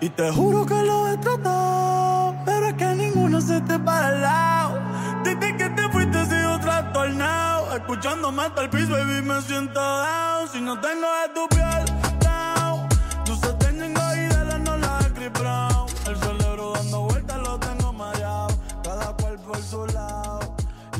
Y te juro que lo he tratado, pero es que ninguno se te para al lado. Desde que te fuiste he sido trastornado, escuchándome hasta el piso, baby, me siento down. Si no tengo de tu piel, down. Tus sostén tengo y de la no la Chris Brown. El cerebro dando vueltas lo tengo mareado, cada cual por su lado.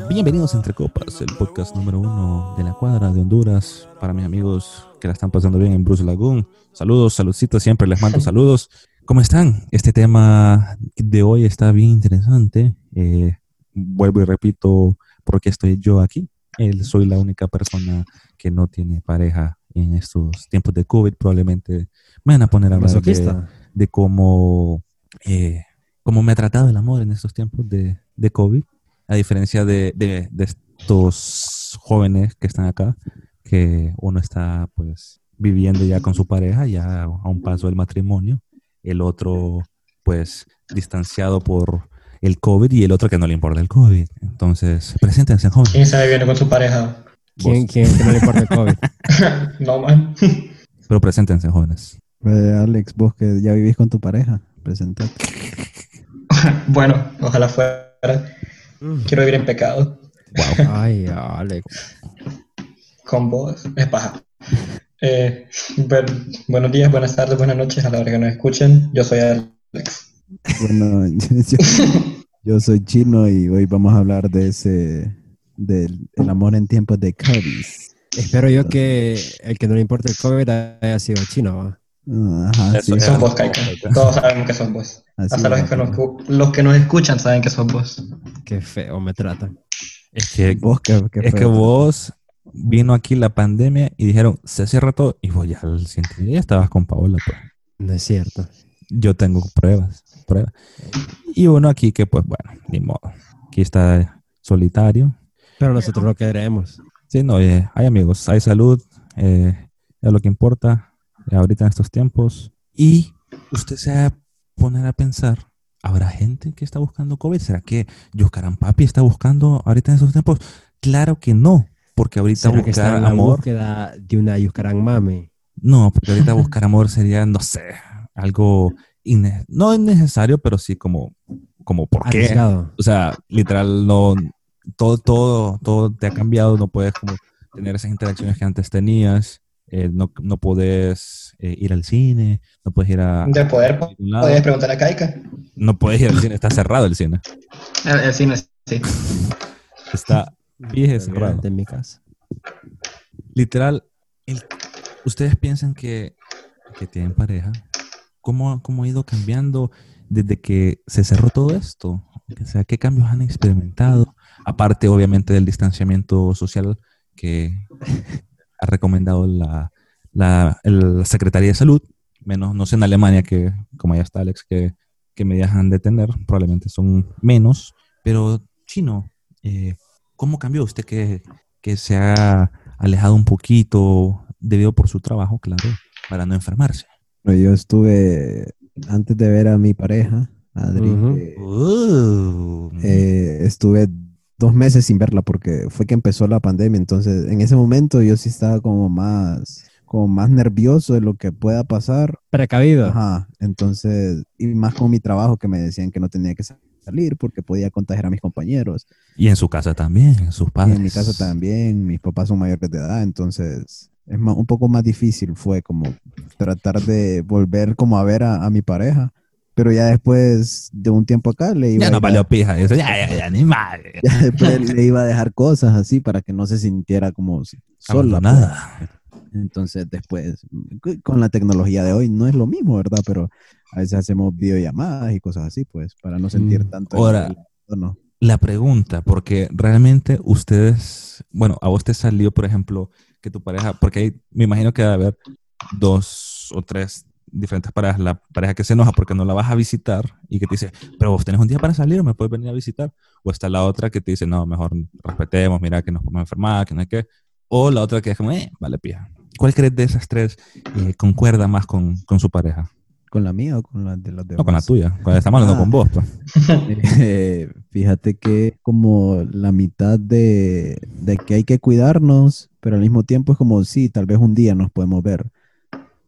Bienvenidos a Entre Copas, el podcast número uno de la cuadra de Honduras para mis amigos que la están pasando bien en Bruce Lagoon. Saludos, saludcitos, siempre les mando saludos. ¿Cómo están? Este tema de hoy está bien interesante. Eh, vuelvo y repito por qué estoy yo aquí. Él, soy la única persona que no tiene pareja en estos tiempos de COVID. Probablemente me van a poner a hablar de, Masoquista. de cómo, eh, cómo me ha tratado el amor en estos tiempos de, de COVID a diferencia de, de- de estos jóvenes que están acá, que uno está pues viviendo ya con su pareja, ya a un paso del matrimonio, el otro pues distanciado por el COVID y el otro que no le importa el COVID. Entonces, preséntense, jóvenes. ¿Quién está viviendo con su pareja? ¿Quién, quién que no le importa el COVID? no, man. Pero preséntense, jóvenes. Eh, Alex, vos que ya vivís con tu pareja, presentate. bueno, ojalá fuera. Quiero vivir en pecado Ay, Alex. con vos. Es paja. Eh, buen- buenos días, buenas tardes, buenas noches a la hora que nos escuchen. Yo soy Alex. Bueno, yo, yo soy chino y hoy vamos a hablar de ese, del el amor en tiempos de Cubbies. Espero yo que el que no le importa el COVID haya sido chino, ¿va? Ajá, sí, Sos vos, Kaika. Todos sabemos que sos vos. así Hasta los es. que, nos, los que nos escuchan saben que sos vos. Qué feo me tratan. Es que, Vos que, que es fue- que vos vino aquí la pandemia y dijeron, se cierra todo, y vos ya al siguiente día estabas con Paola, pues. No es cierto. Yo tengo pruebas, pruebas. Y uno aquí que, pues bueno, ni modo. Aquí está solitario. Pero nosotros lo queremos. Sí, no, eh, hay amigos, hay salud, eh, es lo que importa eh, ahorita en estos tiempos. Y usted se va a poner a pensar, ¿habrá gente que está buscando COVID? ¿Será que Yoscaran Papi está buscando ahorita en estos tiempos? Claro que no, porque ahorita ¿Será que buscar está en la amor... búsqueda de una Yuscarán mame? No, porque ahorita buscar amor sería, no sé, algo inne- no innecesario, pero sí como, como ¿por qué? Arriesgado. O sea, literal, no, todo, todo, todo te ha cambiado, no puedes como tener esas interacciones que antes tenías, eh, no, no puedes eh, ir al cine, no puedes ir Ah. a, a De poder, ningún lado, podías preguntar a Kaika. El, no puedes ir al cine, está cerrado el cine, el cine, Eh, sí. está bien cerrado. En mi casa. Literal, el- ustedes piensan que, que tienen pareja, ¿Cómo, ¿cómo ha ido cambiando desde que se cerró todo esto? O sea, ¿qué cambios han experimentado? Aparte, obviamente, del distanciamiento social que ha recomendado la, la- el- la Secretaría de Salud, menos, no sé, en Alemania, que como ya está Alex, que, que me dejan de tener, probablemente son menos, pero chino, eh, ¿cómo cambió usted que, que se ha alejado un poquito debido por su trabajo, claro, para no enfermarse? Bueno, yo estuve, antes de ver a mi pareja, Adri, Ujú. eh, Uh, eh, estuve dos meses sin verla porque fue que empezó la pandemia. Entonces, en ese momento yo sí estaba como más, como más nervioso de lo que pueda pasar. Precavido. Ajá. Entonces, y más con mi trabajo que me decían que no tenía que salir porque podía contagiar a mis compañeros. y en su casa también, en sus Y padres. en mi casa también, mis papás son mayores de edad, entonces es más, un poco más difícil fue como tratar de volver como a ver a, a mi pareja. Pero ya después de un tiempo acá le iba Ya a no ir a- valió pija. Eso, ya, ya, ya, ni madre. ya después le iba a dejar cosas así para que no se sintiera como s- sola. Abandonada. pues. Entonces después, cu- con la tecnología de hoy no es lo mismo, ¿verdad? Pero a veces hacemos videollamadas y cosas así, pues, para no sentir Mm, tanto... ahora- no. La pregunta, porque realmente ustedes, bueno, a vos te salió, por ejemplo, que tu pareja, porque ahí me imagino que debe haber dos o tres diferentes parejas, la pareja que se enoja porque no la vas a visitar y que te dice, pero vos tenés un día para salir, me puedes venir a visitar, o está la otra que te dice, no, mejor respetemos, mira que nos podemos enfermar, que no hay que, o la otra que es como, eh, vale, pija. ¿Cuál crees de esas tres eh, concuerda más con, con su pareja? ¿Con la mía o con la de los demás? No, con la tuya, con- estamos hablando Ah. con vos, pues. Eh, fíjate que es como la mitad de, de que hay que cuidarnos, pero al mismo tiempo es como, sí, tal vez un día nos podemos ver.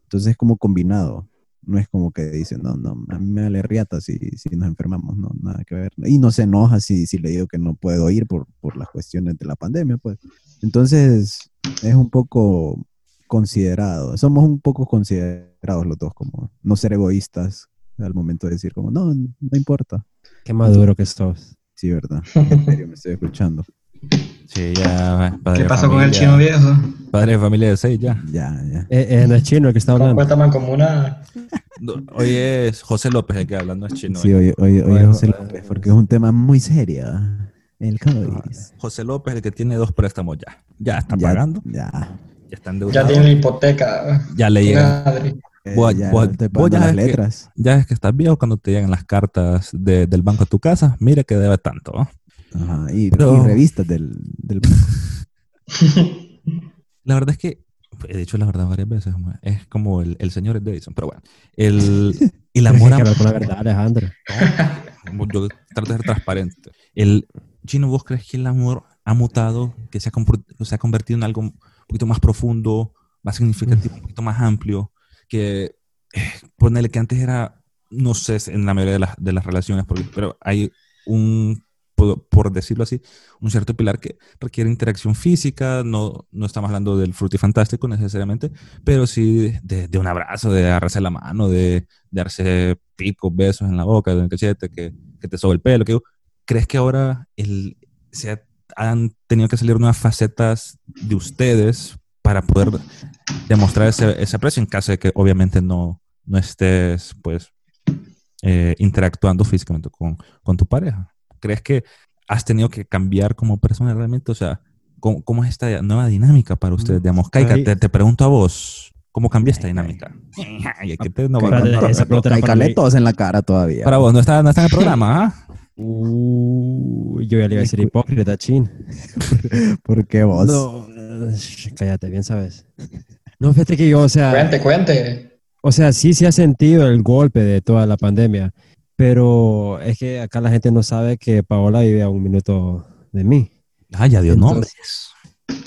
Entonces es como combinado. no es como que dice, no, no, a mí me vale riata si, si nos enfermamos, no, nada que ver. Y no se enoja si, si le digo que no puedo ir por, por las cuestiones de la pandemia, pues. Entonces, es un poco considerado, somos un poco considerados los dos, como no ser egoístas al momento de decir como, no, no importa. Qué maduro que sos. Sí, verdad. En serio, me estoy escuchando. Sí, ya. eh, Padre ¿Qué de pasó con el familia- chino viejo? Padre de familia de seis, ya. Ya, ya. Eh, eh, no es chino el que está No hablando. cuenta mancomunada. No, Hoy es José López el que habla, no es chino. Sí, eh. oye, oye, oye, Bueno, José eh, López, porque es un tema muy serio. ¿ah? El Ah, cannabis. José López el que tiene dos préstamos ya. Ya está Ya, pagando, Ya. ya está Ya Ah. endeudado. tiene la hipoteca. Ya le llegan. Madre. Eh, Vos- ya vos- estoy vos pagando ya las ves que- letras. Ya es que estás viejo cuando te llegan las cartas de- del banco a tu casa. Mira que debe tanto. ¿no? Ajá, y, Pero- y revistas del, del La verdad es que, he dicho la verdad varias veces, ma, es como el, el señor Edison, pero bueno, el, el Tienes amor que a... hablar con la verdad, Alejandro. No, yo trato de ser transparente. El chino, ¿vos crees que el amor ha mutado, que se ha, compor- se ha convertido en algo un poquito más profundo, más significativo, un poquito más amplio? Que eh, ponerle que antes era, no sé, en la mayoría de las, de las relaciones, porque- pero hay un, por, por decirlo así, un cierto pilar que requiere interacción física, no, no estamos hablando del frutifantástico necesariamente, pero sí de, de un abrazo, de agarrarse la mano, de, de darse picos, besos en la boca, en el cachete, que, que te sobe el pelo. Que, digo, ¿Crees que ahora el, se ha- han tenido que salir nuevas facetas de ustedes para poder demostrar ese, ese aprecio en caso de que obviamente no, no estés pues eh, interactuando físicamente con, con tu pareja? ¿Crees que has tenido que cambiar como persona realmente? O sea, ¿cómo, cómo es esta nueva dinámica para ustedes? Digamos, Kaika, Ahí- te, te pregunto a vos, ¿cómo cambió esta dinámica? Ay, aquí te- no, Espérate, no, no, esa no, pregunta era Hay para mí. caletos en la cara todavía. para vos, no está, no está en el programa, ¿ah? Uy, yo ya le iba a decir hipócrita, chin. ¿Por qué vos? No, sh- cállate, bien sabes. No, fíjate que yo, o sea, Cuente, cuente. o sea, sí se ha sentido el golpe de toda la pandemia, pero es que acá la gente no sabe que Paola vive a un minuto de mí. Ay, adiós, no. hombre.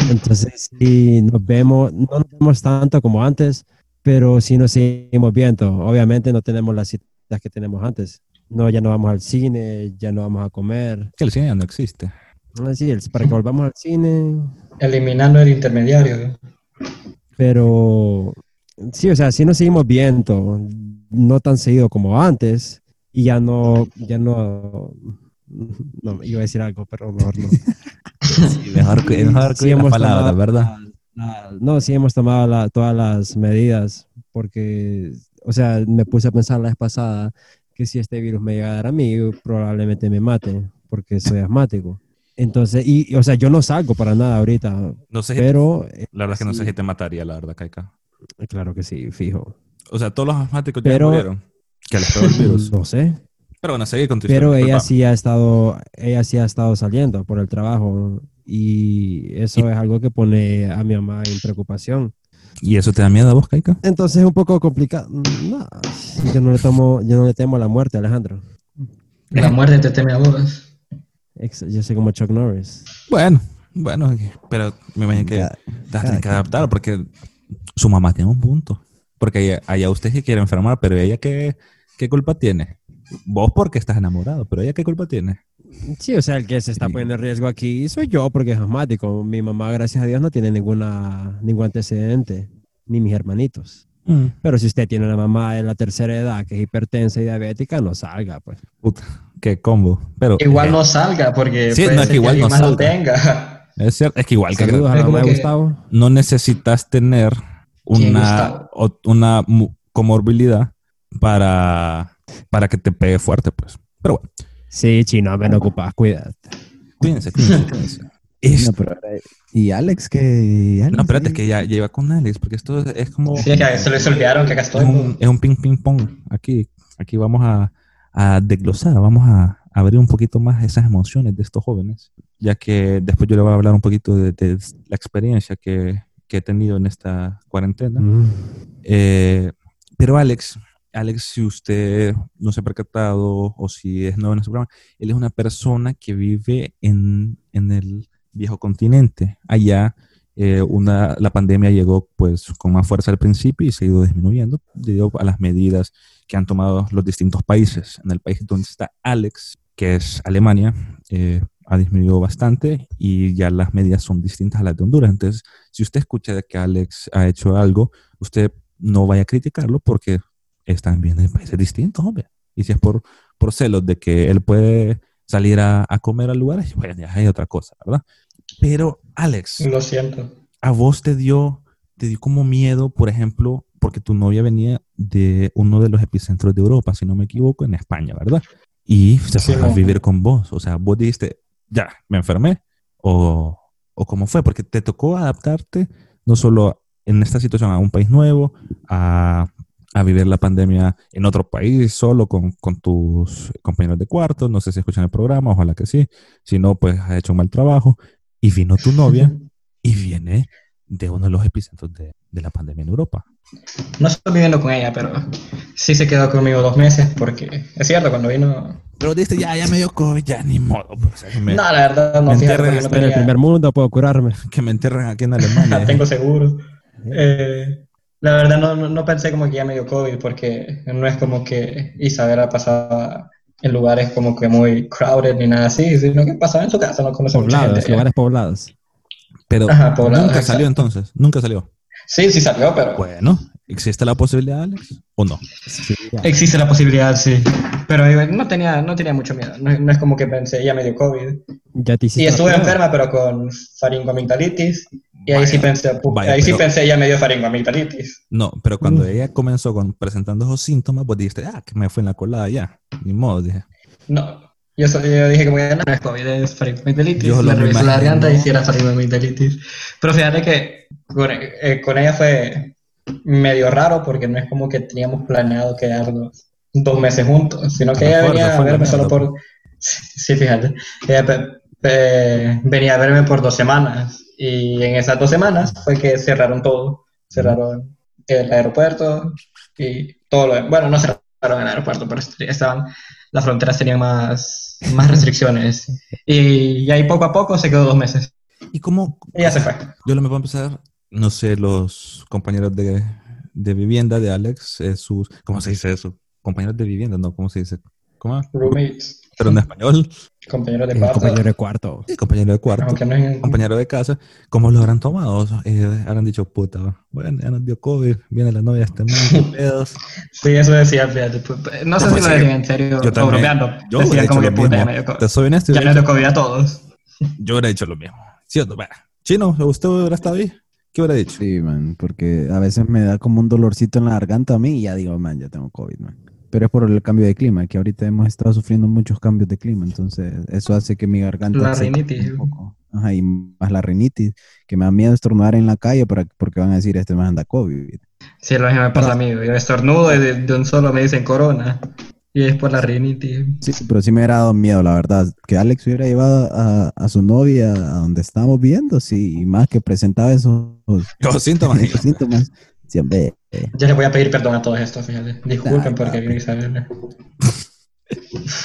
Entonces, sí, nos vemos, no nos vemos tanto como antes, pero sí nos seguimos viendo. Obviamente no tenemos las citas que teníamos antes. No, ya no vamos al cine, ya no vamos a comer. Que el cine ya no existe. Así es, para que volvamos al cine, Eliminando el intermediario. Pero sí, o sea, sí nos seguimos viendo, no tan seguido como antes, y ya no, ya no, no iba a decir algo, pero mejor no. mejor que, mejor Sí, que las hemos palabras, tomado ¿verdad? la- la- no, sí hemos tomado la- todas las medidas, porque, o sea, me puse a pensar la vez pasada que si este virus me llegara a mí, probablemente me mate, porque soy asmático. Entonces, y, y, o sea, yo no salgo para nada ahorita, No sé, si- pero eh, la verdad es que no sé sí. si te mataría, la verdad, Kaika. claro que sí, fijo. O sea, todos los asmáticos ya Pero- murieron. Que les pegó el virus. No sé. Pero bueno, seguí con tu Pero historia, ella perdón. sí ha estado, ella sí ha estado saliendo por el trabajo y eso es algo que pone a mi mamá en preocupación. ¿Y eso te da miedo a vos, Kaika? Entonces es un poco complicado. mm, No, yo no le tomo, yo no le temo a la muerte, Alejandro. La muerte te teme a vos. Ex- Yo soy como Chuck Norris. Bueno, bueno, pero me imagino que Ya, te vas a tener que adaptar porque su mamá tiene un punto. Porque allá, allá usted se quiere enfermar, pero ella qué, qué culpa tiene. Vos porque estás enamorado, pero ella qué culpa tiene. Sí, o sea, el que se está Sí. poniendo en riesgo aquí soy yo porque es asmático. Mi mamá, gracias a Dios, no tiene ninguna, ningún antecedente, ni mis hermanitos. Mm. Pero si usted tiene una mamá de la tercera edad que es hipertensa y diabética, no salga, pues. Puta, qué combo. Pero eh, Igual no salga, porque Sí, puede no, ser que igual alguien no más lo salga. tenga. Es cierto, es que igual que Saludos a Es la como mamá de que- Gustavo. no necesitas tener una, Gustavo. o- una mu- comorbilidad para, para que te pegue fuerte, pues. Pero bueno, Sí, chino, me lo ocupas, cuídate. cuídense, cuídense, cuídense. Es- no, pero, eh, ¿Y Alex qué? ¿Y Alex? no, espérate, ahí? es que ya, ya iba con Alex, porque esto es, es como Sí, que se les olvidaron que acá es estoy. un, es un ping ping pong. Aquí, aquí vamos a, a desglosar, vamos a abrir un poquito más esas emociones de estos jóvenes, ya que después yo le voy a hablar un poquito de, de la experiencia que, que he tenido en esta cuarentena. Eh, pero Alex, Alex, si usted no se ha percatado o si es nuevo en su programa, él es una persona que vive en, en el viejo continente, allá eh, una, la pandemia llegó pues con más fuerza al principio y se ha ido disminuyendo debido a las medidas que han tomado los distintos países. En el país donde está Alex, que es Alemania, eh, ha disminuido bastante y ya las medidas son distintas a las de Honduras. Entonces, si usted escucha de que Alex ha hecho algo, usted no vaya a criticarlo porque están viendo en países distintos, hombre. Y si es por, por celos de que él puede salir a, a comer a lugares, bueno, ya hay otra cosa, ¿verdad? Pero, Alex, Lo siento. ¿a vos te dio, te dio como miedo, por ejemplo, porque tu novia venía de uno de los epicentros de Europa, si no me equivoco, en España, ¿verdad? Y se Sí, fue a ajá. vivir con vos. O sea, vos dijiste, ya, me enfermé. O, o cómo fue, porque te tocó adaptarte no solo en esta situación a un país nuevo, a, a vivir la pandemia en otro país, solo con, con tus compañeros de cuarto. No sé si escuchan el programa, ojalá que sí. Si no, pues has hecho un mal trabajo. Y vino tu novia y viene de uno de los epicentros de, de la pandemia en Europa. No estoy viviendo con ella, pero sí se quedó conmigo dos meses porque es cierto, cuando vino. Pero dices, ya, ya me dio COVID, ya ni modo. pues, o sea, que, me, no, la verdad, no me fíjate, enterré porque no En el tenía- primer mundo puedo curarme. que me enterran aquí en Alemania. la Ah, tengo seguro. Eh, la verdad no, no- no pensé como que ya me dio COVID porque no es como que Isabel ha pasado en lugares como que muy crowded ni nada así, sino que pasaba en su casa, no conoce mucha Poblados, gente. lugares poblados. Pero Ajá, poblado, nunca exacto. salió entonces, nunca salió. Sí, sí salió, pero Bueno, ¿existe la posibilidad, Alex? ¿O no? Sí, ya. existe la posibilidad, sí. Pero digo, no tenía, no tenía mucho miedo, no, no es como que pensé ya me dio COVID. Ya te hiciste Y la estuve prueba. enferma, pero con faringoamigdalitis. Y ahí sí Vaya, pensé, pu- vaya, ahí sí pero- pensé ya me dio faringoamigdalitis. No, pero cuando Mm. ella comenzó con, presentando esos síntomas, vos dijiste, ah, que me fue en la colada ya. Ni modo, dije. No, yo, so- yo dije como que no, no es COVID, es faringoamigdalitis. Yo lo me revisé la imagino. garganta y sí era faringoamigdalitis. Pero fíjate que con, eh, con ella fue medio raro porque no es como que teníamos planeado quedarnos dos meses juntos, sino que A la ella fuerza, venía a fue la verme solo mierda, pues. por... Sí, fíjate. Ella pe- pe- venía a verme por dos semanas y en esas dos semanas fue que cerraron todo. Cerraron el aeropuerto y todo lo... Bueno, no cerraron el aeropuerto, pero est- estaban... Las fronteras tenían más, más restricciones. Y, y ahí poco a poco se quedó dos meses. ¿Y cómo? Ella se fue. Yo lo me puedo empezar, no sé, los compañeros de, de vivienda de Alex, eh, sus, ¿cómo se dice eso? Compañeros de vivienda, ¿no? ¿Cómo se dice? ¿Cómo? Roommates, Pero en español, compañeros de Eh, cuarto. compañero de cuarto. eh, compañero de cuarto. Aunque no es en- compañero de casa, ¿cómo lo habrán tomado? Eh, habrán dicho, puta, bueno, ya nos dio COVID, viene la novia de este man, qué pedos. Sí, eso decía, fíjate. pues, pues, No sé Yo si lo pensé decían en serio Yo o también. bromeando. Yo hubiera decían hecho como lo que puta, ya mismo. me dio COVID. Te soy honesto, Ya yo, nos dio COVID a todos. yo hubiera hecho lo mismo. ¿Sí o no? Bueno, Chino, ¿usted hubiera estado ahí? ¿Qué hubiera dicho? Sí, man, porque a veces me da como un dolorcito en la garganta a mí y ya digo, man, ya tengo COVID, man. Pero es por el cambio de clima, que ahorita hemos estado sufriendo muchos cambios de clima, entonces eso hace que mi garganta... La se- rinitis. un poco. Ajá, y más la rinitis, que me da miedo estornudar en la calle para, porque van a decir, este man anda COVID. Sí, lo mismo me Pues, pasa a mí. Yo estornudo y de, de un solo me dicen corona. Y es por la rinitis. Sí, sí, pero sí me hubiera dado miedo, la verdad. Que Alex hubiera llevado a, a su novia a donde estábamos viendo, sí, y más que presentaba esos, Los síntomas. esos síntomas. Sí, hombre, eh, Ya le voy a pedir perdón a todos estos, fíjate. Disculpen Nah, porque papi. vino Isabel.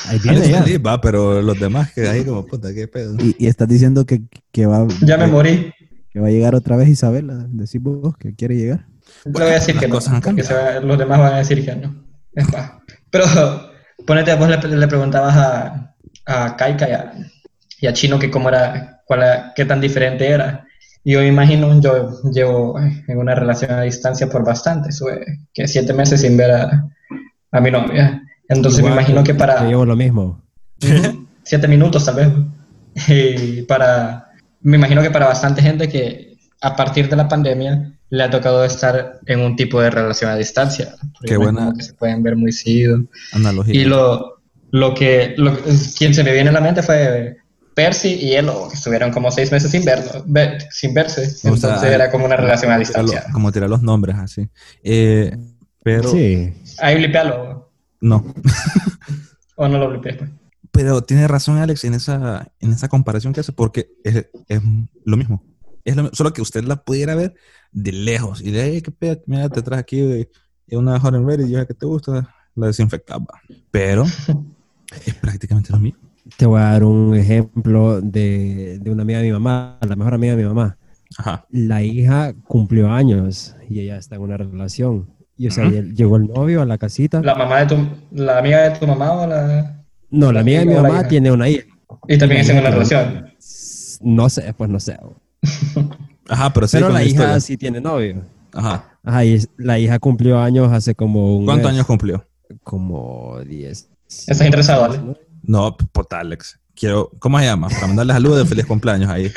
Ahí Alex viene ya. feliz, va, pero los demás que ahí como, puta, qué pedo. Y, y estás diciendo que, que va... Ya me que- morí. Que va a llegar otra vez Isabela, decís vos que quiere llegar. Le voy a decir las que no, cosas han porque se va- los demás van a decir que no. Es paz. Pero ponete, vos le, le preguntabas a, a Kaika y a, y a Chino que cómo era, cuál era- qué tan diferente era. Y yo me imagino, yo llevo en una relación a distancia por bastante, sube que siete meses sin ver a, a mi novia. Entonces me Igual, imagino que para Yo llevo lo mismo. siete minutos tal vez. Y para, me imagino que para bastante gente que a partir de la pandemia le ha tocado estar en un tipo de relación a distancia. Porque Qué no es buena. como Que se pueden ver muy seguido. Analogía. Y lo, lo que, lo- quien se me viene a la mente fue Percy y Elo, que estuvieron como seis meses sin, verlo, ve- sin verse. O Entonces sea, era como una relación a Tirar lo- distancia. como tirar los nombres así. Eh, pero, sí. Ahí blipealo, no. o no lo blipees. pues. Pero tiene razón Alex en esa, en esa comparación que hace, porque es, es lo mismo. Es lo mi- solo que usted la pudiera ver de lejos y de ahí, qué pedo, mira, te traes aquí de, de una Hot and Ready, yo que te gusta, la desinfectaba. Pero es prácticamente lo mismo. Te voy a dar un ejemplo de, de una amiga de mi mamá, la mejor amiga de mi mamá. Ajá. la hija cumplió años y ella está en una relación. Y o sea, Ujú. y él- llegó el novio a la casita. ¿La mamá de tu, la amiga de tu mamá o la...? no, la amiga de mi o la mamá hija. tiene una hija. Y también es en una Claro. relación. S- No sé, pues no sé. Ajá, pero sí. Pero con la la hija historia. sí tiene novio. Ajá. Ajá, y es- la hija cumplió años hace como un ¿Cuántos mes. años cumplió? Como 10. Estás interesado, ¿vale? No, puta, Alex. Quiero, ¿cómo se llama? Para mandarle saludos de feliz cumpleaños ahí.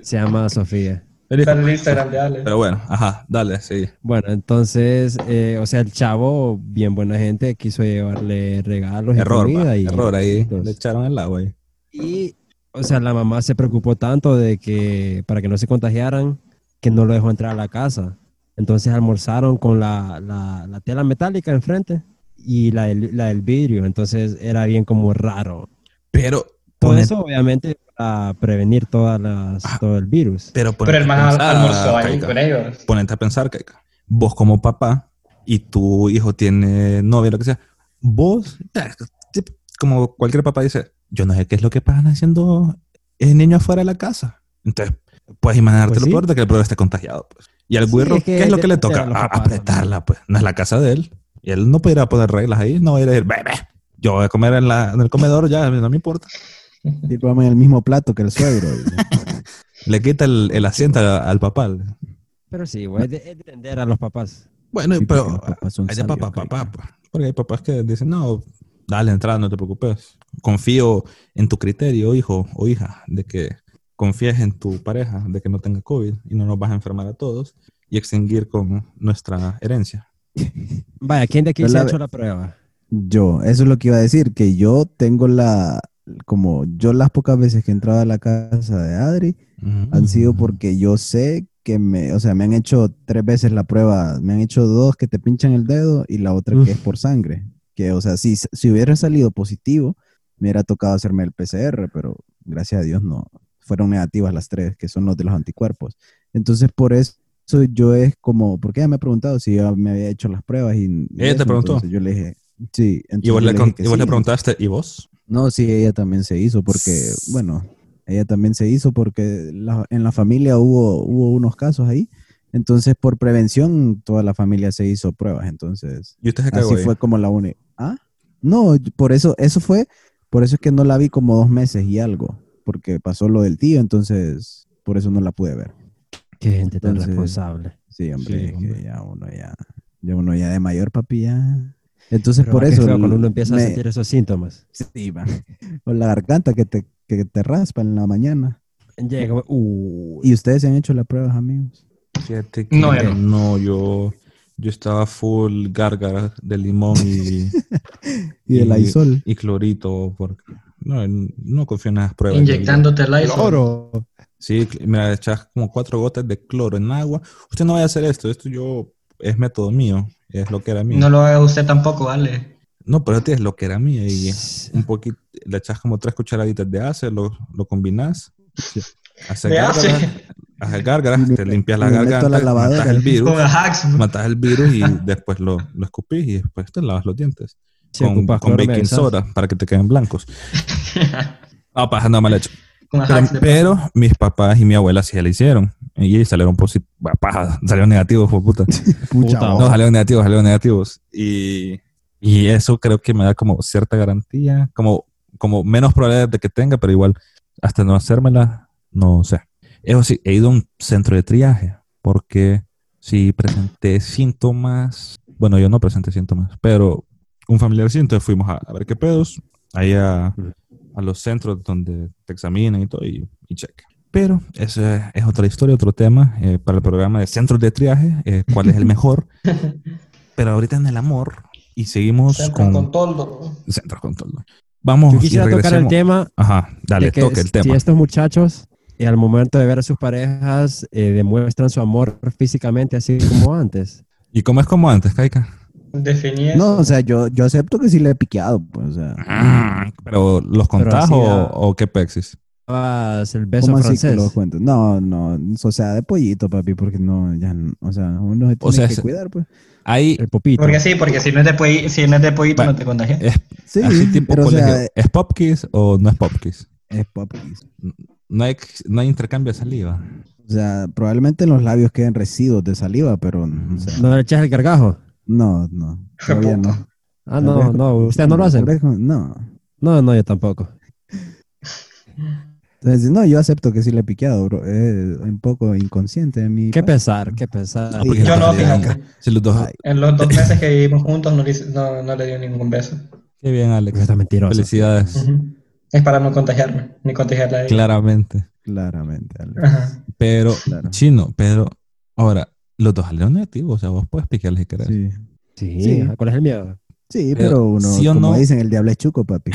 Se llama Sofía. Feliz Está en cum- el Instagram de Ale. Pero bueno, ajá, dale, sí. Bueno, entonces, eh, o sea, el chavo, bien buena gente, quiso llevarle regalos Error, y comida. va, Y, error ahí. Entonces, Le echaron el agua ahí. Y, o sea, la mamá se preocupó tanto de que, para que no se contagiaran, que no lo dejó entrar a la casa. Entonces almorzaron con la, la- la tela metálica enfrente y la del, la del vidrio. Entonces era bien como raro. Pero, Todo ponen- eso, obviamente, para prevenir todas las, Ah. todo el virus. pero, ah, Pero el ponete a más pensar, almorzó ahí Caica. con ellos. Ponete a pensar, Caica. Vos como papá y tu hijo tiene novia, lo que sea. Vos, ya, tip, como cualquier papá dice, yo no sé qué es lo que pasan haciendo el niño afuera de la casa. Entonces, puedes imaginarte Pues lo sí. peor de que el brother esté contagiado. pues. Y al Sí, güirro, es que ¿qué es lo que le depende toca? de los A- papás apretarla, pues. No es la casa de él. Y él no pudiera poner reglas ahí. No va a ir a decir, "Ve, ve, yo voy a comer en, la- en el comedor, ya, no me importa. Sí, vamos en el mismo plato que el suegro. Le quita el, el asiento a- al papá. Pero sí, güey, es de es de entender a los papás. Bueno, Sí, porque pero los papás son hay de papá, sabios, papá. pues. Porque hay papás que dicen, no, dale, entrada, no te preocupes. Confío en tu criterio, hijo o hija, de que confíes en tu pareja, de que no tenga COVID y no nos vas a enfermar a todos y extinguir con nuestra herencia. Vaya, ¿quién de aquí Pero se ha la- hecho la prueba? Yo, eso es lo que iba a decir, que yo tengo la, como yo las pocas veces que he entrado a la casa de Adri han sido porque yo sé que me, o sea, me han hecho tres veces la prueba, me han hecho dos que te pinchan el dedo y la otra Uf. que es por sangre, que o sea, si, si hubiera salido positivo, me hubiera tocado hacerme el PCR, pero gracias a Dios no, fueron negativas las tres, que son los de los anticuerpos. Entonces, por eso yo es como, porque ella me ha preguntado si yo me había hecho las pruebas y... y Ella te eso, preguntó. entonces yo le dije, sí, entonces Y vos, yo le, dije con- que y vos sí. le preguntaste, ¿y vos? No, sí, ella también se hizo porque, bueno, ella también se hizo porque la- en la familia hubo, hubo unos casos ahí. Entonces, por prevención, toda la familia se hizo pruebas. Entonces, Y usted se cagó así ahí. fue como la única. Ah, no, yo- por eso, eso fue, por eso es que no la vi como dos meses y algo, porque pasó lo del tío, entonces, por eso no la pude ver. Qué gente tan Entonces- responsable. Sí, hombre, Sí, es que hombre. ya uno ya, ya uno ya de mayor, papi, ya. Entonces, Pero por va, qué eso. feo cuando uno empieza me- a sentir esos síntomas. Sí, va. O la garganta que te, que te raspa en la mañana. Llega como, "Uy". Y ustedes se han hecho las pruebas, amigos. Fíjate que No, no, ya no. yo, yo estaba full gárgara de limón y, Y el Aisol. y clorito, porque no, no confío en las pruebas. Inyectándote el El iPhone. oro. Sí, cl- mira, echas como cuatro gotas de cloro en agua. Usted no vaya a hacer esto, esto yo es método mío, es lo que era mío. No lo haga usted tampoco, Ale. No, pero este es lo que era mío y un poquito, le echas como tres cucharaditas de ace, lo, lo combinas, haces De ace. gárgaras, haces gárgaras, Y me- te limpias la y me meto a la garganta, matas lavadora. el virus, Con hacks. matas el virus y después lo, lo escupís y después te lavas los dientes Si con, ocupas con cloro, me baking avisas. soda para que te queden blancos. Ah, paja, no mal hecho. Con Pero, hacks de pero mis papás y mi abuela sí la hicieron. Y ellos salieron positivos. Paja, salieron negativos, fue puta. Puta, Pucha, No, salieron negativos, salieron negativos. Y, y eso creo que me da como cierta garantía, como, como menos probabilidad de que tenga, pero igual, hasta no hacérmela, no sé. Eso sí, he ido a un centro de triaje, porque si presenté síntomas, bueno, yo no presenté síntomas, pero un familiar sí, entonces fuimos a, a ver qué pedos, ahí a, a los centros donde te examinan y todo, y, y checa. Pero eso es, es otra historia, otro tema eh, para el programa de centros de triaje, eh, cuál es el mejor. Pero ahorita en el amor y seguimos Centro con, con toldo. centros con todo. Vamos Yo y quisiera tocar el regresemos. tema Ajá, dale, de que toque el si tema. estos muchachos, eh, al momento de ver a sus parejas, eh, demuestran su amor físicamente así como antes. ¿Y cómo es como antes, Kaika? Definí eso. No, o sea, yo, yo acepto que sí le he piqueado, pues, o sea. Pero los contás así ah. o, a- o qué pexis? Dabas El beso ¿Cómo así que francés. lo cuento? No, no, o sea, de pollito, papi, porque no, ya, no- o sea, uno se tiene sea, que se- cuidar, pues. Ahí El popito. Porque sí, porque si no es de, polli- si no es de pollito Va. no te contagias. es Sí, así tipo pero, o sea, colegio. ¿Es pop kiss o no es pop kiss? es pop kiss. No hay, no hay intercambio de saliva. O sea, probablemente en los labios queden residuos de saliva, pero o sea, ¿No le echas el cargajo? no, no, todavía no. Ah, no, no, ustedes no lo hacen. No. No, no, yo tampoco. Entonces, no, yo acepto que sí le he piqueado, bro. Es un poco inconsciente de mi Qué Ah, parte. pesar, qué pesar. Sí. porque Yo la no, realidad- fíjate. Si los dos. Ay. En los dos meses que vivimos juntos no le, hice- no, no le dio ningún beso. Qué bien, Alex. Está mentiroso. Felicidades. Ujú. Es para no contagiarme, ni contagiarla a ella. Claramente. Claramente, Alex. Ajá. Pero, Claro. chino, pero ahora, los dos salieron negativos. O sea, vos puedes piquearles si querés. Sí. Sí, Sí. ¿cuál es el miedo? Sí, Pero, pero uno, ¿sí o como no? dicen, el diablo es chuco, papi.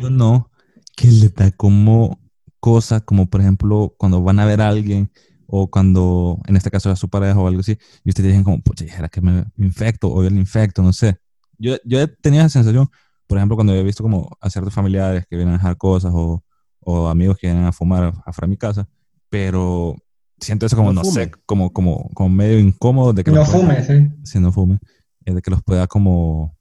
Yo no, que le da como cosa, como por ejemplo, cuando van a ver a alguien o cuando, en este caso, a su pareja o algo así, y ustedes dicen como, pucha, ¿será que me infecto o yo le infecto? No sé. Yo, yo he tenido esa sensación, por ejemplo, cuando he visto como a ciertos familiares que vienen a dejar cosas o, o amigos que vienen a fumar afuera de mi casa, pero siento eso como, No no, fume. sé, como, como, como medio incómodo de que No los pueda- fumes, ¿eh? si no fume, es de que los pueda como,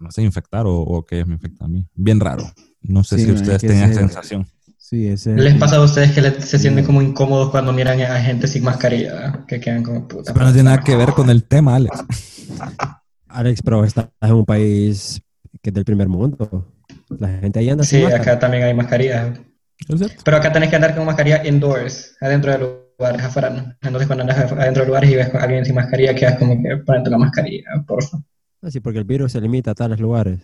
no sé, infectar o, o que ellos me infecten a mí. Bien raro. No sé Sí, si man, ustedes que tengan se- esa sensación. Sí, ese. ¿Les pasa a ustedes que le- se Mm. sienten como incómodos cuando miran a gente sin mascarilla? Que quedan como puta. Pero no tiene nada que ver con el tema, Alex. Alex, pero estás en un país que es del primer mundo. La gente ahí anda sin Sí, máscara. acá también hay mascarillas. ¿Es cierto? Pero acá tenés que andar con mascarilla indoors, adentro de lugares, afuera no. Entonces cuando andas af- adentro de lugares y ves a alguien sin mascarilla, quedas como que ponete la mascarilla, porfa. Ah, sí, porque el virus se limita a tales lugares.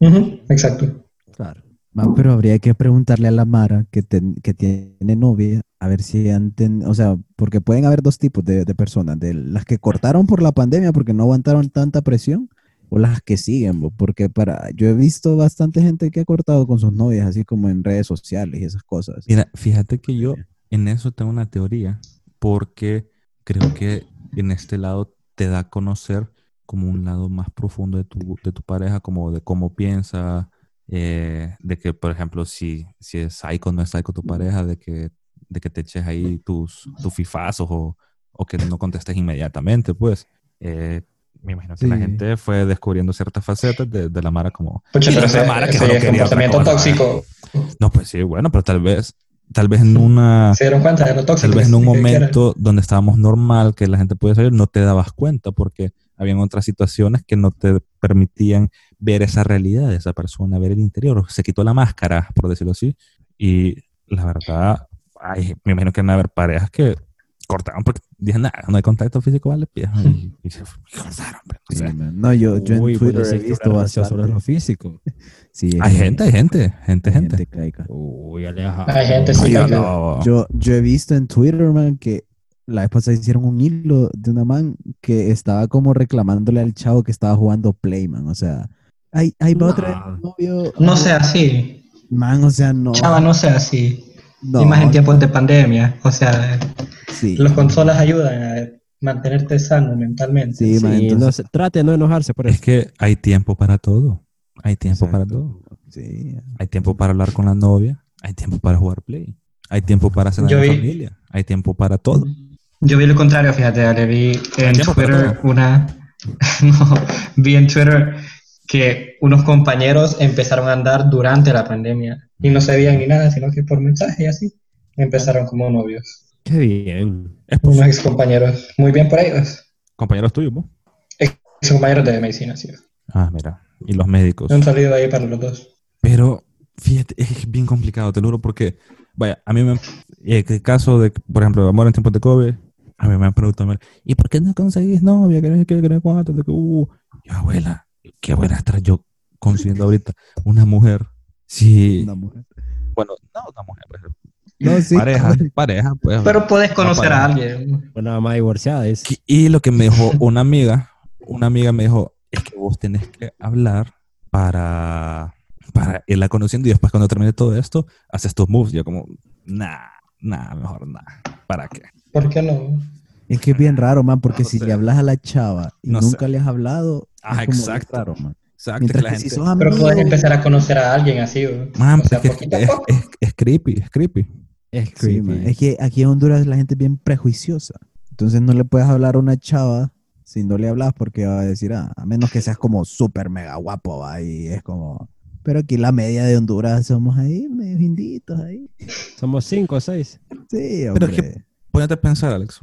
Ujú, exacto. Claro. Man, pero habría que preguntarle a la Mara que, ten- que tiene novia, a ver si han ten- o sea, porque pueden haber dos tipos de, de personas, de las que cortaron por la pandemia porque no aguantaron tanta presión, o las que siguen, bo, porque para, yo he visto bastante gente que ha cortado con sus novias, así como en redes sociales y esas cosas. Mira, fíjate que yo en eso tengo una teoría, porque creo que en este lado te da a conocer como un lado más profundo de tu, de tu pareja, como de cómo piensa, eh, de que, por ejemplo, si, si es psycho o no es psycho tu pareja, de que, de que te eches ahí tus, tus fifazos o, o que no contestes inmediatamente, pues. Eh, me imagino que la Sí. gente fue descubriendo ciertas facetas de, de la Mara como... Pucha, "Y pero esta ese, Mara que ese solo es quería otra comportamiento cosa". tóxico. No, pues sí, bueno, pero tal vez, tal vez en una... ¿Se dieron cuenta de lo tóxico? Ah. Tal vez en un que- que era? momento donde estábamos normal, que la gente podía salir, no te dabas cuenta porque habían otras situaciones que no te permitían ver esa realidad de esa persona, ver el interior. Se quitó la máscara, por decirlo así. Y la verdad, ay, me imagino que van a haber parejas que cortaron porque dije, nada, no hay contacto físico, vale, pija". Y, y se y cortaron. pero, o Sí, sea, man. No, yo, yo en Uy, Twitter pues, he sí, que visto una relación sobre lo bastante. físico. Sí, es hay que gente, hay gente, gente, hay gente. gente caica. Uy, Aleja. Hay gente No, sí, yo que- no. Yo, yo he visto en Twitter, man, que la vez pasada hicieron un hilo de una man que estaba como reclamándole al chavo que estaba jugando Playman. O sea, ahí, ahí va otra vez Nah. mi novio. No sea así. Man, o sea, no. Chava, no sea así. no, Y más en tiempos de pandemia. O sea, Sí, los consolas ayudan a mantenerte sano mentalmente. sí, man, Sí, no entonces- se- trate de no enojarse por Es eso. que hay tiempo para todo. Hay tiempo para Exacto. todo. sí. Hay tiempo para hablar con la novia, hay tiempo para jugar play, hay tiempo para cenar Yo en vi- familia, hay tiempo para todo. Yo vi lo contrario, fíjate, Ale, vi en tiempo para Twitter todo. una... no, vi en Twitter que unos compañeros empezaron a andar durante la pandemia y no se veían ni nada, sino que por mensaje y así empezaron como novios. Qué bien. Es por Unos ex compañeros, muy bien por ellos. compañeros tuyos, ¿no? Ex compañeros de medicina, sí. Ah, mira. Y los médicos. Un saludo ahí para los dos. Pero, fíjate, es bien complicado, te lo juro, porque, vaya, a mí me... eh, que El caso de, por ejemplo, amor en tiempos de COVID, a mí me han preguntado, ¿y por qué no conseguís novia? ¿Qué que qué cuánto? De que, uh, yo, abuela, qué abuela estar yo consiguiendo ahorita una mujer. Sí, Una mujer. bueno, no una mujer, pues, No, sí. pareja, pareja, pues. Pero puedes conocer para. a alguien. Una mamá divorciada es. Que- Y lo que me dijo una amiga, una amiga me dijo, es que vos tenés que hablar para, para irla conociendo y después cuando termine todo esto, haces tus moves. Yo como, nah, nah, mejor nah. ¿Para qué? ¿Por qué no? Es que es bien raro, man, porque No si sé. le hablas a la chava y No sé. nunca le has hablado, Ah, es como exacto. raro, man. Exacto, que Mientras la que gente... si sos Pero amigo, puedes empezar a conocer a alguien así. ¿o? Man, o sea, pero es, poquito que a es, poco. es- es creepy, es creepy. Es Sí, creepy. man. Es que aquí en Honduras la gente es bien prejuiciosa. Entonces no le puedes hablar a una chava si no le hablas porque va a decir, ah, a menos que seas como súper mega guapo, va, y es como, Pero aquí la media de Honduras somos ahí, medio inditos ahí. Somos cinco o seis. Sí, Pero hombre. es que- Ponete a pensar, Alex,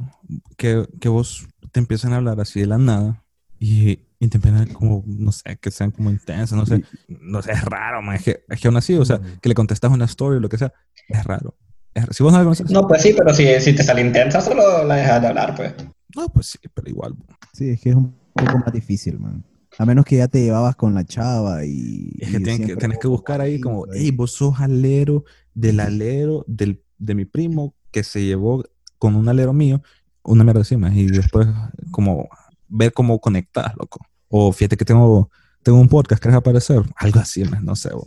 que, que vos te empiezan a hablar así de la nada y, y te empiezan como, no sé, que sean como intensas, no sé, no sé, es raro, man, es que, es que aún así, o sea, que le contestas una story o lo que sea, es raro. Es raro. Si vos no la conoces, No, pues sí, pero si, si te sale intensa, solo la dejas de hablar, pues. no, pues sí, pero igual. Sí, es que es un poco más difícil, man. A menos que ya te llevabas con la chava y... Es y que, tienen que siempre tenés que hubo buscar ahí como, conflicto ahí. hey, vos sos alero del alero del, de mi primo que se llevó con un alero mío, una mierda encima, y después como ver cómo conectás, loco. O fíjate que tengo, tengo un podcast, ¿querés aparecer? Algo así, man, no sé, bo.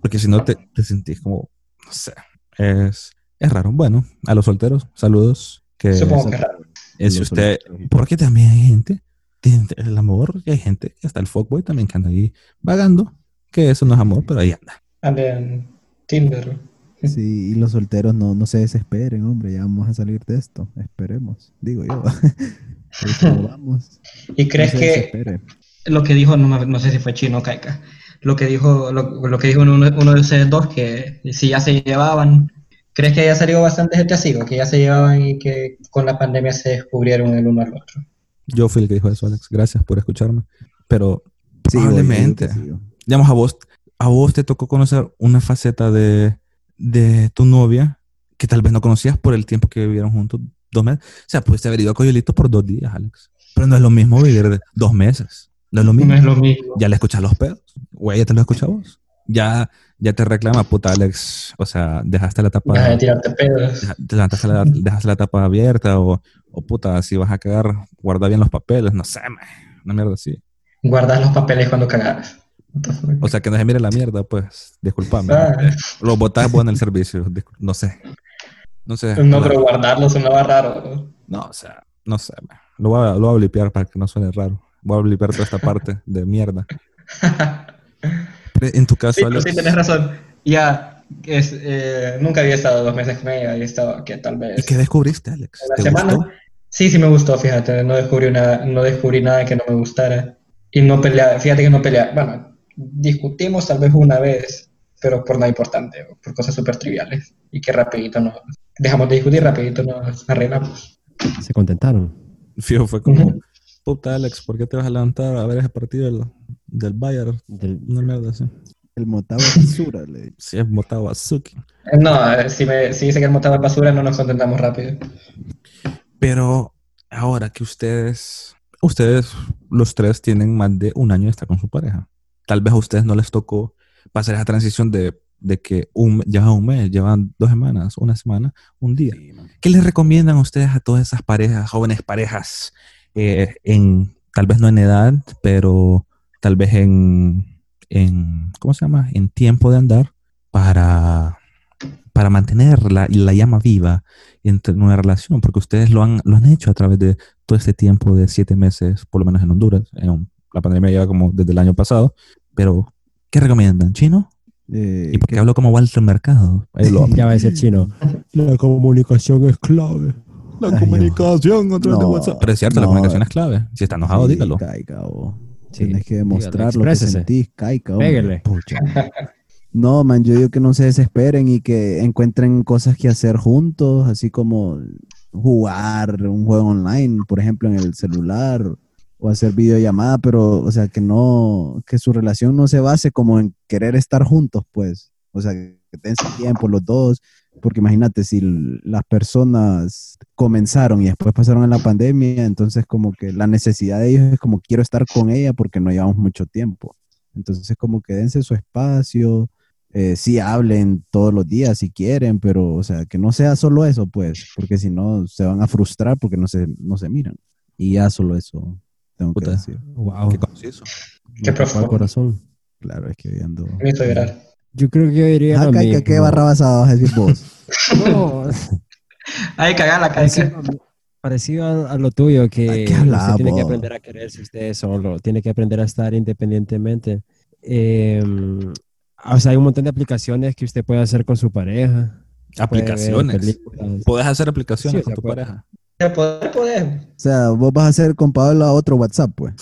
porque si no te, te sentís como, no sé, es, es raro. Bueno, a los solteros, saludos. Que, Supongo que es raro. eh, si Los usted, solteros. porque también hay gente, tiene el amor, y hay gente, y hasta el fuckboy también que anda ahí vagando, que eso no es amor, pero ahí anda. Ande en Tinder. Sí, y los solteros no, no se desesperen, hombre, ya vamos a salir de esto, esperemos, digo yo. Ahí como vamos. ¿Y crees no se que desespere. lo que dijo, no, me- no sé si fue chino o caica, lo que dijo, lo, lo que dijo uno, uno de ustedes dos, que si ya se llevaban, ¿crees que haya salido bastante gente así, o que ya se llevaban y que con la pandemia se descubrieron el uno al otro? Yo fui el que dijo eso, Alex. Gracias por escucharme. Pero Sí, yo digo que probablemente, sí, yo. digamos, a vos, a vos te tocó conocer una faceta de, de tu novia que tal vez no conocías por el tiempo que vivieron juntos, dos meses. O sea, pudiste haber ido a Coyolito por dos días, Alex. Pero no es lo mismo vivir de- dos meses. No es lo mismo. No es lo mismo. ya le escuchas los pedos, güey, ya te lo escuchas vos. Ya, ya te reclama, puta Alex, o sea, dejaste la tapa, Deja de tirarte pedos. deja- te levantaste la, dejaste la tapa abierta o, o puta, si vas a cagar, guarda bien los papeles, no sé, man, una mierda así. Guardas los papeles cuando cagas. What the fuck? O sea, que no se mire la mierda, pues, disculpame. Ah. Los botás vos en el servicio, discul- no sé. No sé. No, la- pero guardarlos sonaba raro. No, o sea, no sé, man. Lo voy, a, lo voy a blipear para que no suene raro. Voy a blipear toda esta parte de mierda. Pero en tu caso, sí, pero Alex, sí, tenés razón. Ya, es, eh, nunca había estado dos meses con ella, había estado que tal vez. ¿y qué descubriste, Alex? ¿La ¿Te semana? gustó? Sí, sí me gustó, fíjate, no descubrí nada, no descubrí nada que no me gustara. Y no peleaba, fíjate que no peleaba, bueno, discutimos tal vez una vez, pero por nada importante, o por cosas súper triviales, y que rapidito nos dejamos de discutir, rapidito nos arreglamos. Se contentaron. Fijo, fue como, Ujú. puta Alex, ¿por qué te vas a levantar a ver ese partido del, del Bayern? Del- Una mierda así. El motavo basura, le digo. Si es Motagua Suki. No, eh, si, me, si dice que el motaba basura, no nos contentamos rápido. Pero ahora que ustedes, ustedes los tres tienen más de un año de estar con su pareja. Tal vez a ustedes no les tocó pasar esa transición de, de que un, llevan un mes, llevan dos semanas, una semana, un día. ¿Qué les recomiendan ustedes a todas esas parejas, jóvenes parejas, eh, en, tal vez no en edad, pero tal vez en, en ¿cómo se llama? En tiempo de andar para, para mantener la, la llama viva en t- una relación, porque ustedes lo han, lo han hecho a través de todo este tiempo de siete meses, por lo menos en Honduras. En- la pandemia lleva como desde el año pasado, pero ¿qué recomiendan? ¿Chino? Eh, ¿Y por qué hablo como Walter Mercado? Ahí lo- Ya va a decir chino. La comunicación es clave. La Ay, comunicación a través de no, WhatsApp. Pero es cierto, la no. comunicación es clave. Si está enojado, sí, oh. dígalo. caica, vos. Sí, Tienes que dígalo, demostrar lo que exprésese. sentís, caica, hombre. Péguele. Pucha. No, man, yo digo que no se desesperen y que encuentren cosas que hacer juntos, así como jugar un juego online, por ejemplo, en el celular, o hacer videollamada, pero, o sea, que no, que su relación no se base como en querer estar juntos, pues. O sea, que tengan tiempo los dos, porque imagínate, si l- las personas comenzaron y después pasaron a la pandemia, entonces como que la necesidad de ellos es como quiero estar con ella porque no llevamos mucho tiempo. Entonces como que dense su espacio, eh, sí hablen todos los días si quieren, pero o sea, que no sea solo eso, pues, porque si no se van a frustrar porque no se, no se miran. Y ya solo eso tengo Puta. que decir. Wow. Qué conciso. Qué Me tocó el profundo. corazón. Claro, es que viendo. Me hizo llorar. Yo creo que yo diría Ajá, lo Caica, mismo. ¿qué barra basada vas a decir vos? No, Ay, cagala, caica. parecido, parecido a, a lo tuyo Ay, que qué hablaba, usted tiene que vos. aprender a quererse usted solo, tiene que aprender a estar independientemente. Eh, o sea, hay un montón de aplicaciones que usted puede hacer con su pareja. puede ver Aplicaciones. películas. Puedes hacer aplicaciones Sí, o con sea, tu puede- pareja. Poder, poder. O sea, vos vas a hacer con Pablo otro WhatsApp, pues.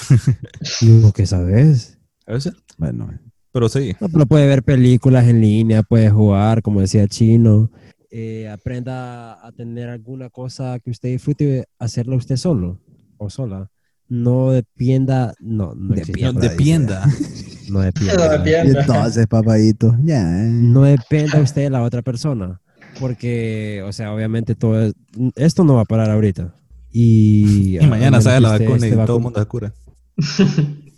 Lo que sabes. A veces. Bueno, Pero sí, No, pero puede ver películas en línea, puede jugar, como decía Chino. Eh, aprenda a tener alguna cosa que usted disfrute, hacerla usted solo o sola. No depienda, no, no existe no la palabra, depienda. No depienda. No ¿verdad? depienda. Y entonces, papadito, ya. eh. No dependa usted de la otra persona. Porque, o sea, obviamente todo es- esto no va a parar ahorita. Y, Y mañana a sale la menos que vacuna usted y esté todo el vacu- mundo se cura.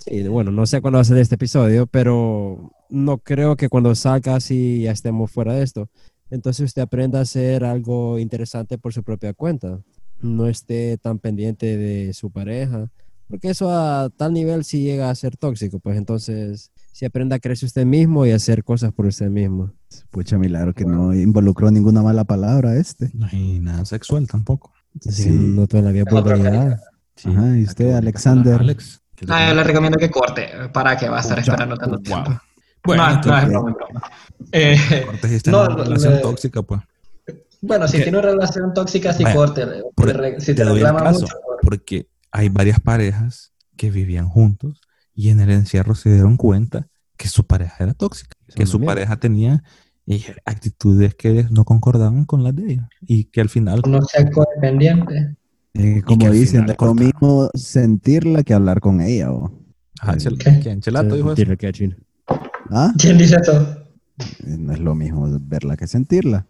Sí, bueno, no sé cuándo va a salir este episodio, pero no creo que cuando salga así ya estemos fuera de esto. Entonces usted aprenda a hacer algo interesante por su propia cuenta. No esté tan pendiente de su pareja, porque eso a tal nivel sí llega a ser tóxico. Pues entonces, si aprenda a creerse usted mismo y a hacer cosas por usted mismo. Pucha, milagro que no involucró ninguna mala palabra este. No hay nada sexual tampoco. Así Sí. que no toda la vida Otra vulgaridad. Ajá, y usted, Alexander. Alex. ¿qué te Ah, yo parece? le recomiendo que corte, eh, para que va a estar Pucha, esperando tanto wow. tiempo. Bueno, no, no, entonces, es broma, es broma. Eh, cortes y está en No, una no, relación le- tóxica, pues. bueno, si Ok. tiene una relación tóxica, sí Vaya, corte. le- por- le re- si te te doy el reclama caso. mucho, pues, corte. Porque hay varias parejas que vivían juntos y en el encierro se dieron cuenta que su pareja era tóxica, que una su mierda. pareja tenía eh, actitudes que no concordaban con las de ella y que al final no sea codependiente. Eh, que como al dicen, final es lo cortaron. mismo sentirla que hablar con ella. o- Ajá, Chel- Ok. ¿quién? Chelato dijo eso. Mm. Tira el catching. ¿Ah? ¿Quién dice eso? Eh, No es lo mismo verla que sentirla.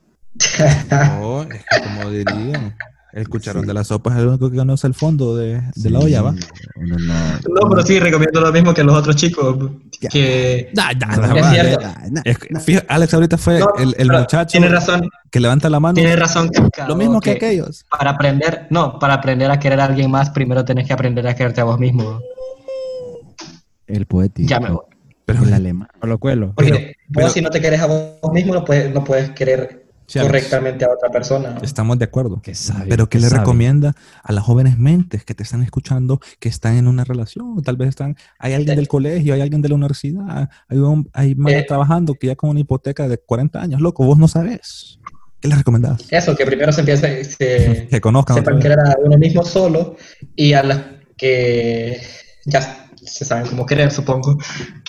No, es que como dirían, el cucharón de la sopa es el único que conoce el fondo de, de la Sí, olla, ¿va? uno no- No, pero sí, recomiendo lo mismo que los otros chicos. Que Da, da, no- da, es va, cierto. da. Ah, na- Es que, fija- Alex ahorita fue No, el, el pero muchacho tiene razón, que levanta la mano. tiene razón. Cacao, Lo mismo que, aquellos. Para aprender, no, para aprender a querer a alguien más, primero tenés que aprender a quererte a vos mismo. El poético. Ya me voy. Pero pues, El alemán. A lo cuelo. Porque Pero- vos pero- si no te querés a vos mismo, no puedes, no puedes querer Sí, Alex. Este- correctamente a otra persona. estamos de acuerdo. Que sabe. Pero ¿qué que le sabe. recomienda a las jóvenes mentes que te están escuchando, que están en una relación? Tal vez están, hay alguien del colegio, hay alguien de la universidad, hay un hay madre Eh. trabajando que ya con una hipoteca de 40 años, loco, vos no sabes. ¿Qué le recomendás? Eso, que primero se empiece, se, Que conozcan. otra sepan vez. querer a uno mismo solo y a las que ya se saben cómo querer, supongo,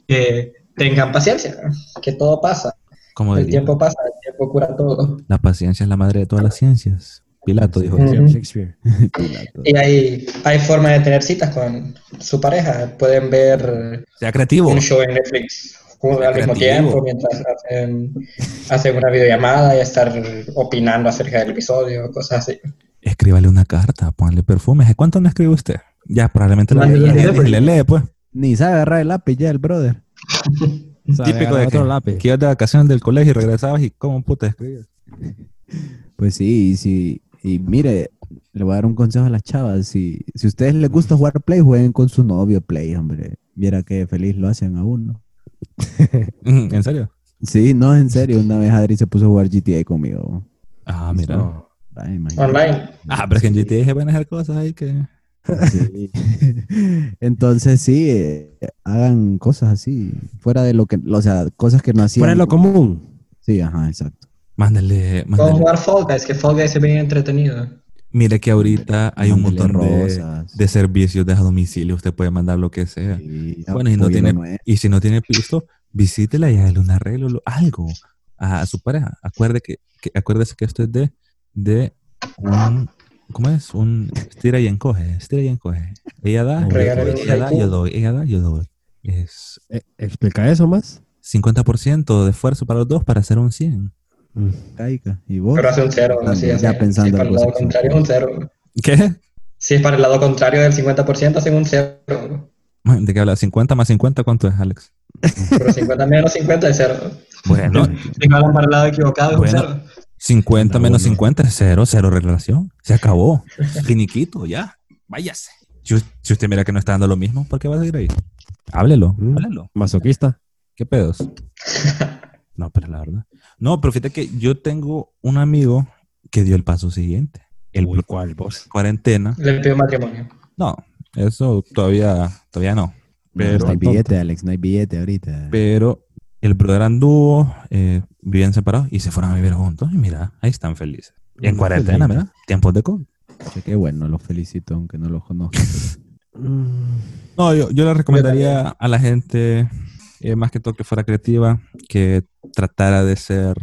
que tengan paciencia, que todo pasa, Como el diría, tiempo pasa, el tiempo cura todo. la paciencia es la madre de todas las ciencias. Pilato dijo. Mm. Shakespeare, Shakespeare. Pilato. Y hay, hay forma de tener citas con su pareja, pueden ver Sea creativo. un show en Netflix juntos al mismo Creativo. tiempo mientras hacen, hacen una videollamada y estar opinando acerca del episodio, cosas así. Escríbale una carta, póngale perfumes. ¿A ¿Cuánto no escribe usted? Ya, probablemente la- Mándale la- la la- idea, le lee, pues. Ni sabe agarrar el lápiz ya, el brother. Típico Sabe de agarrar que, otro lápiz. que ibas de vacaciones del colegio y regresabas y cómo puta escribes. Pues sí, y sí. Y mire, le voy a dar un consejo a las chavas. Si, si a ustedes les gusta jugar Play, jueguen con su novio Play, hombre. Viera qué feliz lo hacen a uno. ¿En serio? Sí, no, en serio. Una vez Adri se puso a jugar GTA conmigo. Ah, mira. No. Ay, imagínate. Online. Ah, pero es que en GTA se pueden hacer cosas ahí que. Sí. Entonces sí, eh, hagan cosas así, fuera de lo que, o sea, cosas que no hacían. Fuera de lo común. Sí, ajá, exacto. Mándale, Vamos a mándale. jugar Fall Guys, que Fall Guys se bien entretenido. Mira que ahorita hay un Mándele montón de, rosas. de servicios de a domicilio. Usted puede mandar lo que sea. Sí, Bueno, y no apoyo tiene, nuevo. y si no tiene pisto, visítela y hágale un arreglo, lo- algo a, a su pareja. Acuerde que, que- acuérdese que esto es de, de un, ¿cómo es? Un estira y encoge, estira y encoge. Ella da, yo Regalo doy, de ella da, Haiku. yo doy, ella da, yo doy. Es Eh, ¿Explica eso más? 50% de esfuerzo para los dos para hacer un 100. Caica. ¿Y vos? Pero hace un cero, Ya así, así. pensando si es para en el lado cosas contrario, es un cero. ¿Qué? Si es para el lado contrario del 50%, hacen un cero. Man, ¿De qué habla? ¿50 más 50 cuánto es, Alex? Pero 50 menos 50 es cero. Bueno, Si jalan para el lado equivocado, es Bueno. un cero. 50 Anda, menos bueno. 50 es cero, cero relación. Se acabó. Finiquito, ya. Váyase. Si, us- si usted mira que no está dando lo mismo, ¿por qué va a seguir ahí? Háblelo, Mm. háblelo. Masoquista. ¿Qué pedos? No, pero la verdad. No, pero fíjate que yo tengo un amigo que dio el paso siguiente. El Uy, ¿cuál vos? cuarentena. Le pido matrimonio. No, eso todavía, todavía no. No, Pero, no hay billete, Alex, no hay billete ahorita. pero el brother anduvo, eh, vivían separados y se fueron a vivir juntos. Y mira, ahí están felices. Y en Mm, cuarentena, feliz. mira, tiempos de COVID. Che, Qué bueno, los felicito, aunque no los conozco. Mm, No, yo, yo le recomendaría a la gente eh, más que todo que fuera creativa, que tratara de ser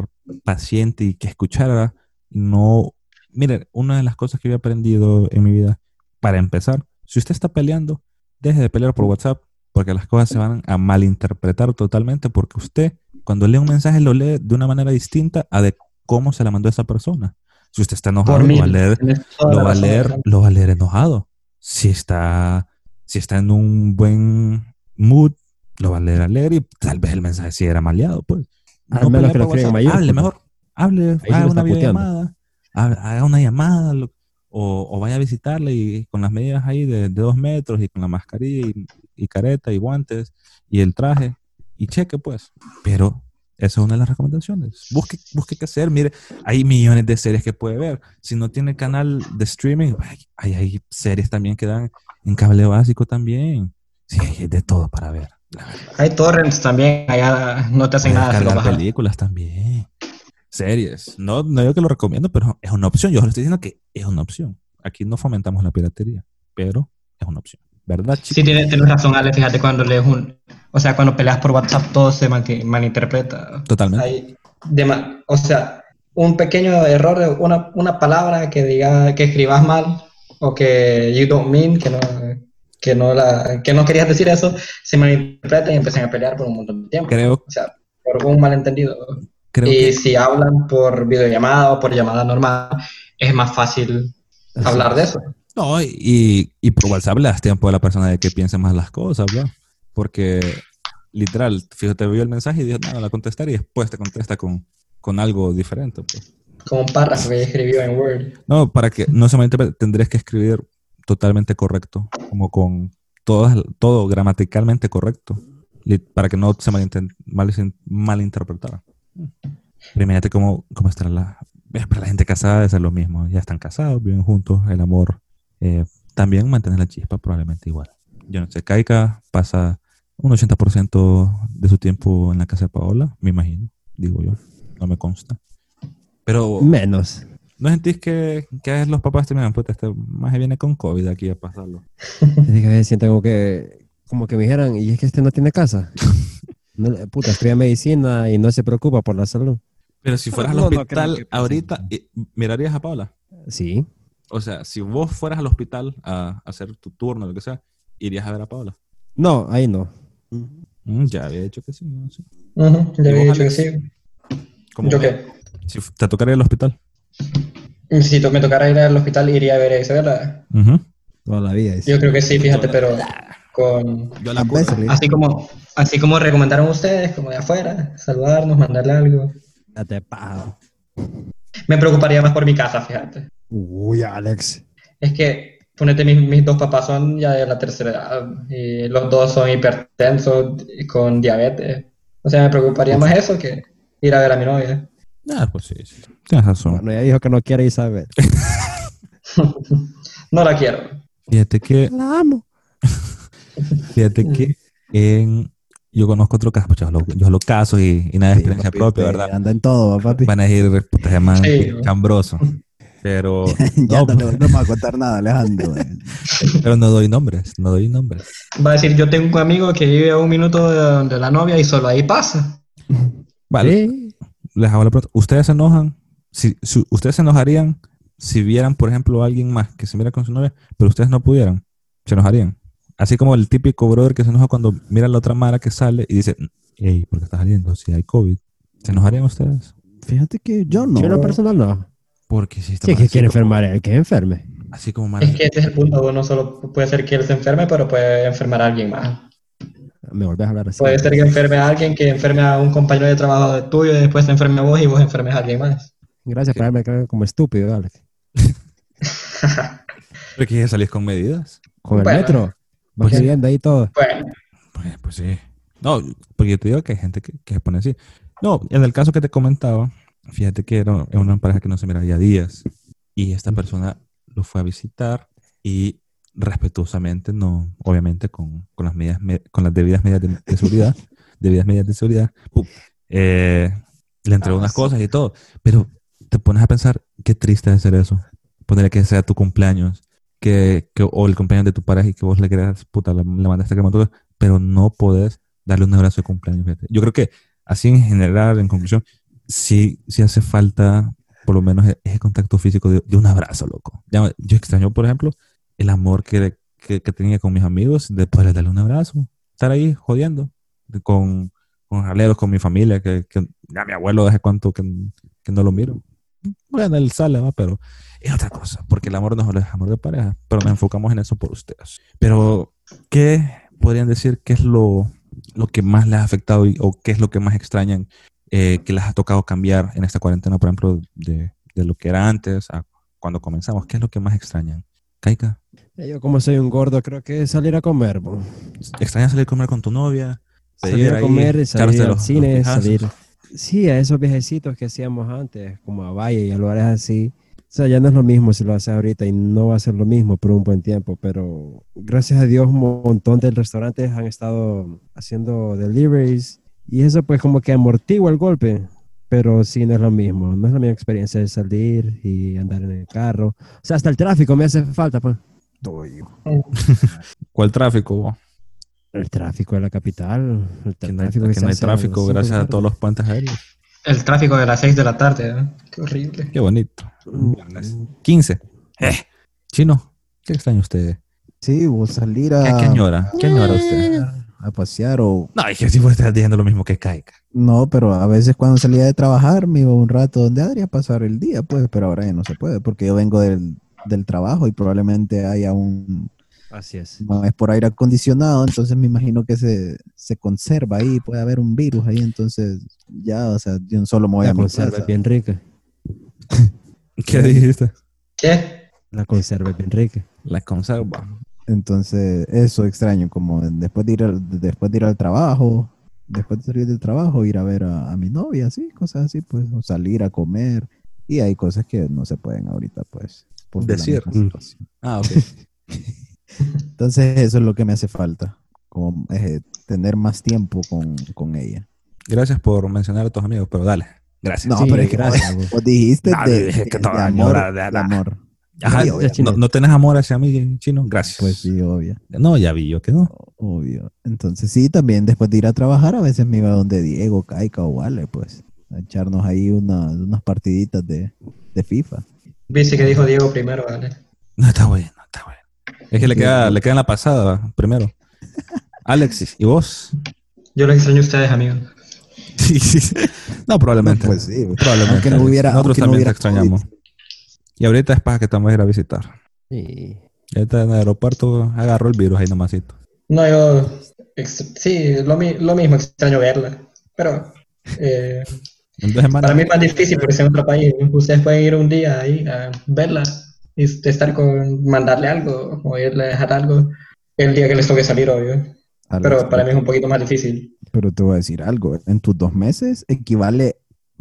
paciente y que escuchara. No, miren, una de las cosas que yo he aprendido en mi vida, para empezar, si usted está peleando, deje de pelear por WhatsApp, porque las cosas se van a malinterpretar totalmente, porque usted cuando lee un mensaje lo lee de una manera distinta a de cómo se la mandó esa persona. Si usted está enojado, Por lo mí, va a leer tienes toda lo la va a razón. leer, lo va a leer enojado. Si está, si está en un buen mood, lo va a leer alegre y tal vez el mensaje sí era maleado, pues. Al pelee menos que Ah, lo por escriba en WhatsApp, mayúscula. Hable mejor, hable, sí lo haga una está puteando. videollamada, ha- haga una llamada lo- o, o vaya a visitarle y con las medidas ahí de, de dos metros y con la mascarilla y, y careta y guantes y el traje y cheque, pues. Pero esa es una de las recomendaciones. Busque, busque qué hacer. Mire, hay millones de series que puede ver. Si no tiene canal de streaming, ay, hay, hay series también que dan en cable básico también. Sí, hay de todo para ver. la verdad. Hay torrents también, allá no te hacen Puedes nada. si lo cargar bajas. películas también. Series. No, no digo que lo recomiendo, pero es una opción. Yo solo estoy diciendo que es una opción. Aquí no fomentamos la piratería, pero es una opción. ¿Verdad, chicos? Sí, tienes, tienes razón, Ale, fíjate cuando lees un... O sea, cuando peleas por WhatsApp todo se mal- malinterpreta. Totalmente. Hay dema- o sea, un pequeño error de una, una palabra que diga que escribas mal o que you don't mean, que no, que no, la, que no querías decir eso, se malinterpreta y empiezan a pelear por un montón de tiempo. Creo, O sea, por un malentendido. creo y que si hablan por videollamada o por llamada normal, es más fácil Así hablar de eso. No, y, y por WhatsApp le das tiempo a la persona de que piense más las cosas, ¿verdad? Porque literal, fíjate, vio el mensaje y dijo, nada, la contestar y después te contesta con, con algo diferente. pues. Como un párrafo que ella escribió en Word. No, para que no se malinterprete, tendrías que escribir totalmente correcto, como con todas, todo gramaticalmente correcto, li- para que no se malinten- mal- malinterpretara. Pero imagínate cómo, cómo estará la... es Para la gente casada es lo mismo, ya están casados, viven juntos, el amor eh, también mantener la chispa probablemente igual. Yo no sé, Kaika pasa un 80% de su tiempo en la casa de Paola, me imagino, digo yo, no me consta. Pero Menos. ¿No sentís que, que a veces los papás terminan, puta, este más viene con COVID aquí a pasarlo? Es que a veces siento como que, como que me dijeran, y es que este no tiene casa. No, puta, estudia medicina y no se preocupa por la salud. Pero si fueras al No, no creo hospital que pase. ahorita, eh, ¿mirarías a Paula? Sí, O sea, si vos fueras al hospital a, a hacer tu turno, lo que sea, ¿irías a ver a Paula? no, ahí no. Mm, ya había dicho que sí, no sé. Ujú, le había ¿Y vos, dicho que Alex? sí. Como Yo que qué. Si f- te tocaría el hospital. Si to- me tocara ir al hospital, iría a ver a Isabela. Ujú. Toda la vida. dice. Yo creo que sí, fíjate, pero con... Yo Pues, A la curo. veces, Así como, así como recomendaron ustedes, como de afuera, saludarnos, mandarle algo. Date paja. Me preocuparía más por mi casa, fíjate. Uy, Alex. Es que, ponete, mis, mis dos papás son ya de la tercera edad y los dos son hipertensos y con diabetes. O sea, me preocuparía más eso que ir a ver a mi novia. Ah, pues sí, sí. Tienes razón. Bueno, ya dijo que no quiere Isabel. No la quiero. Fíjate que La amo. Fíjate que en- yo conozco otro caso, pues, yo hablo, yo hablo casos y, y nada de Sí, experiencia papi, propia, usted ¿verdad? Anda en todo, va, papi. Van a decir, puta, ese man, Sí, qué ¿no? chambroso. Pero ya no, no, le vamos a contar nada, Alejandro. eh. pero no doy nombres, no doy nombres. Va a decir, yo tengo un amigo que vive a un minuto de donde la novia y solo ahí pasa. Vale, les hago la pregunta. ¿Ustedes se enojan? Si, si- ¿Ustedes se enojarían si vieran, por ejemplo, a alguien más que se mira con su novia, pero ustedes no pudieran? ¿Se enojarían? Así como el típico brother que se enoja cuando mira a la otra mara que sale y dice, hey, ¿por qué estás saliendo? Si hay COVID. ¿Se enojarían ustedes? Fíjate que yo no. Yo en lo personal no. Porque si está Si es mal, que así quiere como- enfermar, el que enferme. Así como Es maneja- que ese es el punto, uno solo puede ser que él se enferme, pero puede enfermar a alguien más. Me volvés a hablar así. Puede ser que enferme a alguien, que enferme a un compañero de trabajo de tuyo, y después te enferme a vos y vos enfermes a alguien más. Gracias por haberme creado como estúpido, Alex. Pero que ya salís con medidas. Con el Bueno. metro. Vas Pues- viviendo ahí todo. Bueno, Pues, pues sí. No, porque yo te digo que hay gente que, que se pone así. No, en el caso que te comentaba, fíjate que era era una pareja que no se miraba ya días. Y esta persona lo fue a visitar y respetuosamente, no, obviamente con, con las, medidas, me- con las debidas medidas de, de seguridad, debidas medidas de seguridad, ¡pum! Eh, le entregó unas cosas y todo. Pero te pones a pensar, qué triste de ser eso. Ponerle que sea tu cumpleaños, que, que- o el cumpleaños de tu pareja y que vos le creas, puta, le, le mandaste crema a tu- pero no podés darle un abrazo de cumpleaños. fíjate. Yo creo que así en general, en conclusión, sí, sí hace falta por lo menos e- ese contacto físico de, de un abrazo, loco. Ya, yo extraño, por ejemplo, el amor que, que, que tenía con mis amigos de poder darle un abrazo, estar ahí jodiendo de- con, con jaleros, con mi familia, que, que ya mi abuelo hace cuánto que, que no lo miro. Bueno, él sale, va, pero es otra cosa, porque el amor no solo es amor de pareja, pero nos enfocamos en eso por ustedes. Pero, ¿qué podrían decir que es lo, lo que más les ha afectado y- o qué es lo que más extrañan eh, que les ha tocado cambiar en esta cuarentena, por ejemplo, de, de lo que era antes a cuando comenzamos? ¿Qué es lo que más extrañan? Kaika, Yo como soy un gordo, creo que salir a comer, bro. ¿extrañas salir a comer con tu novia? Salir Pedir a ahí, comer, echarse salir al los- cine, los pijazos. salir... Sí, a esos viajecitos que hacíamos antes, como a Valle y a lugares así. O sea, ya no es lo mismo si lo haces ahorita y no va a ser lo mismo por un buen tiempo, pero gracias a Dios un montón de restaurantes han estado haciendo deliveries y eso pues como que amortigua el golpe, pero sí no es lo mismo, no es la misma experiencia de salir y andar en el carro. O sea, hasta el tráfico me hace falta, pues. ¿Cuál tráfico? vos? El tráfico de la capital, el Que no hay, tráfico que que se no hay hace a las tráfico cinco de gracias la a todos los puentes aéreos. El tráfico de las 6 de la tarde. ¿eh? Qué horrible. Qué bonito. tarde. 15. Eh, Chino, ¿qué extraña usted? Sí, o salir ¿Qué, a, qué añora? ¿Qué añora usted? a pasear o... No, es que siempre estás diciendo lo mismo que Kaika. No, pero a veces cuando salía de trabajar me iba un rato donde Adri a pasar el día, pues, pero ahora ya no se puede porque yo vengo del, del trabajo y probablemente haya un... Así es. no es por aire acondicionado, entonces me imagino que se, se conserva ahí, puede haber un virus ahí, entonces ya, o sea, de un solo me voy a La mi conserva casa. es bien rica. ¿Qué dijiste? ¿Qué? La conserva es bien rica. La conserva. Entonces, eso extraño, como después de ir al, después de ir al trabajo, después de salir del trabajo, ir a ver a, a mi novia, así, cosas así, pues, o salir a comer. Y hay cosas que no se pueden ahorita, pues. por la Decir. misma situación. Ah, ok. Entonces, eso es lo que me hace falta, como eh, tener más tiempo con, con ella. Gracias por mencionar a tus amigos, pero dale. Gracias. No, Sí, pero es que gracias, güey. vos dijiste No, de, dije de- que de todo amor, amor, de- de de- amor. Ajá, Sí, obvio. no, no tenés amor hacia mí, chino. Gracias. Pues sí, obvio. No, ya vi yo que no. Obvio. Entonces sí, también después de ir a trabajar, a veces me iba donde Diego, Caica o Vale, pues, a echarnos ahí una- unas partiditas de, de FIFA. Viste que dijo Diego primero, ¿vale? No está bueno, no está bueno. Es que le queda, le queda en la pasada, ¿va? primero. Alexis, ¿y vos? Yo los extraño a ustedes, amigos. Sí, sí. No, probablemente. Pues sí, probablemente. aunque no Alexis. hubiera- Nosotros aunque no también te hubiera extrañamos. Y ahorita es para que te vamos a ir a visitar. Sí. Ya está en el aeropuerto, agarró el virus ahí nomásito. No, yo. ex- Sí, lo, mi- lo mismo, extraño verla. Pero. eh, En dos semanas. para mí es más difícil porque estoy en otro país. Ustedes pueden ir un día ahí a verla y s- estar con. mandarle algo o irle a dejar algo el día que les toque salir, obvio. Alex, Pero para mí es un poquito más difícil. pero te voy a decir algo, en tus dos meses equivale,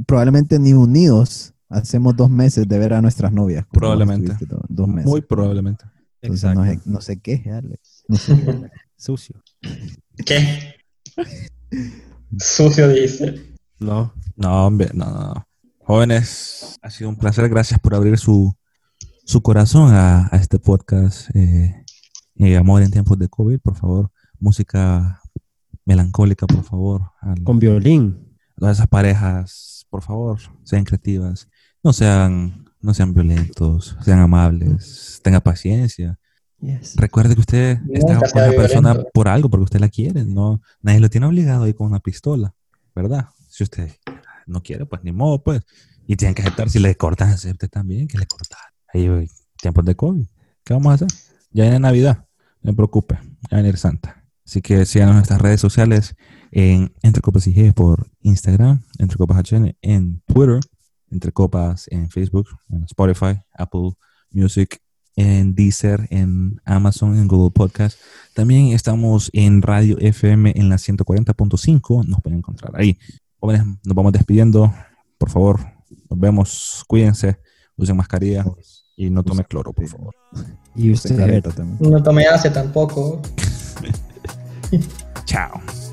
probablemente ni unidos, hacemos dos meses de ver a nuestras novias. como Probablemente. estuviste do- Dos meses. Muy probablemente. Entonces, no, se, no se queje, Alex. No se queje. Sucio. ¿Qué? Sucio, dice. No. No, hombre, no, no, no. Jóvenes, ha sido un placer. Gracias por abrir su, su corazón a, a este podcast. eh, eh, Amor en tiempos de COVID, por favor. Música melancólica, por favor. al- Con violín. todas esas parejas, por favor, sean creativas, no sean, no sean violentos, sean amables, tengan paciencia. Yes. Recuerde que usted está Nunca con sea la persona violento. por algo, porque usted la quiere, no, nadie lo tiene obligado a ir con una pistola, ¿verdad? Si usted no quiere, pues ni modo, pues. Y tienen que aceptar, si le cortan, acepte también, que le cortan. Ahí hoy, tiempos de COVID. ¿Qué vamos a hacer? Ya viene Navidad, no se preocupe, ya viene Santa. Así que síganos en nuestras redes sociales en Entre Copas IG por Instagram, Entre Copas HN en Twitter, Entre Copas en Facebook, en Spotify, Apple Music, en Deezer, en Amazon, en Google Podcast. También estamos en Radio FM en la 140.5. Nos pueden encontrar ahí. Jóvenes, nos vamos despidiendo. Por favor, nos vemos. Cuídense. Usen mascarilla y no tomen cloro, por favor. Y No se usted, careta también. No tomé hace tampoco. Chao.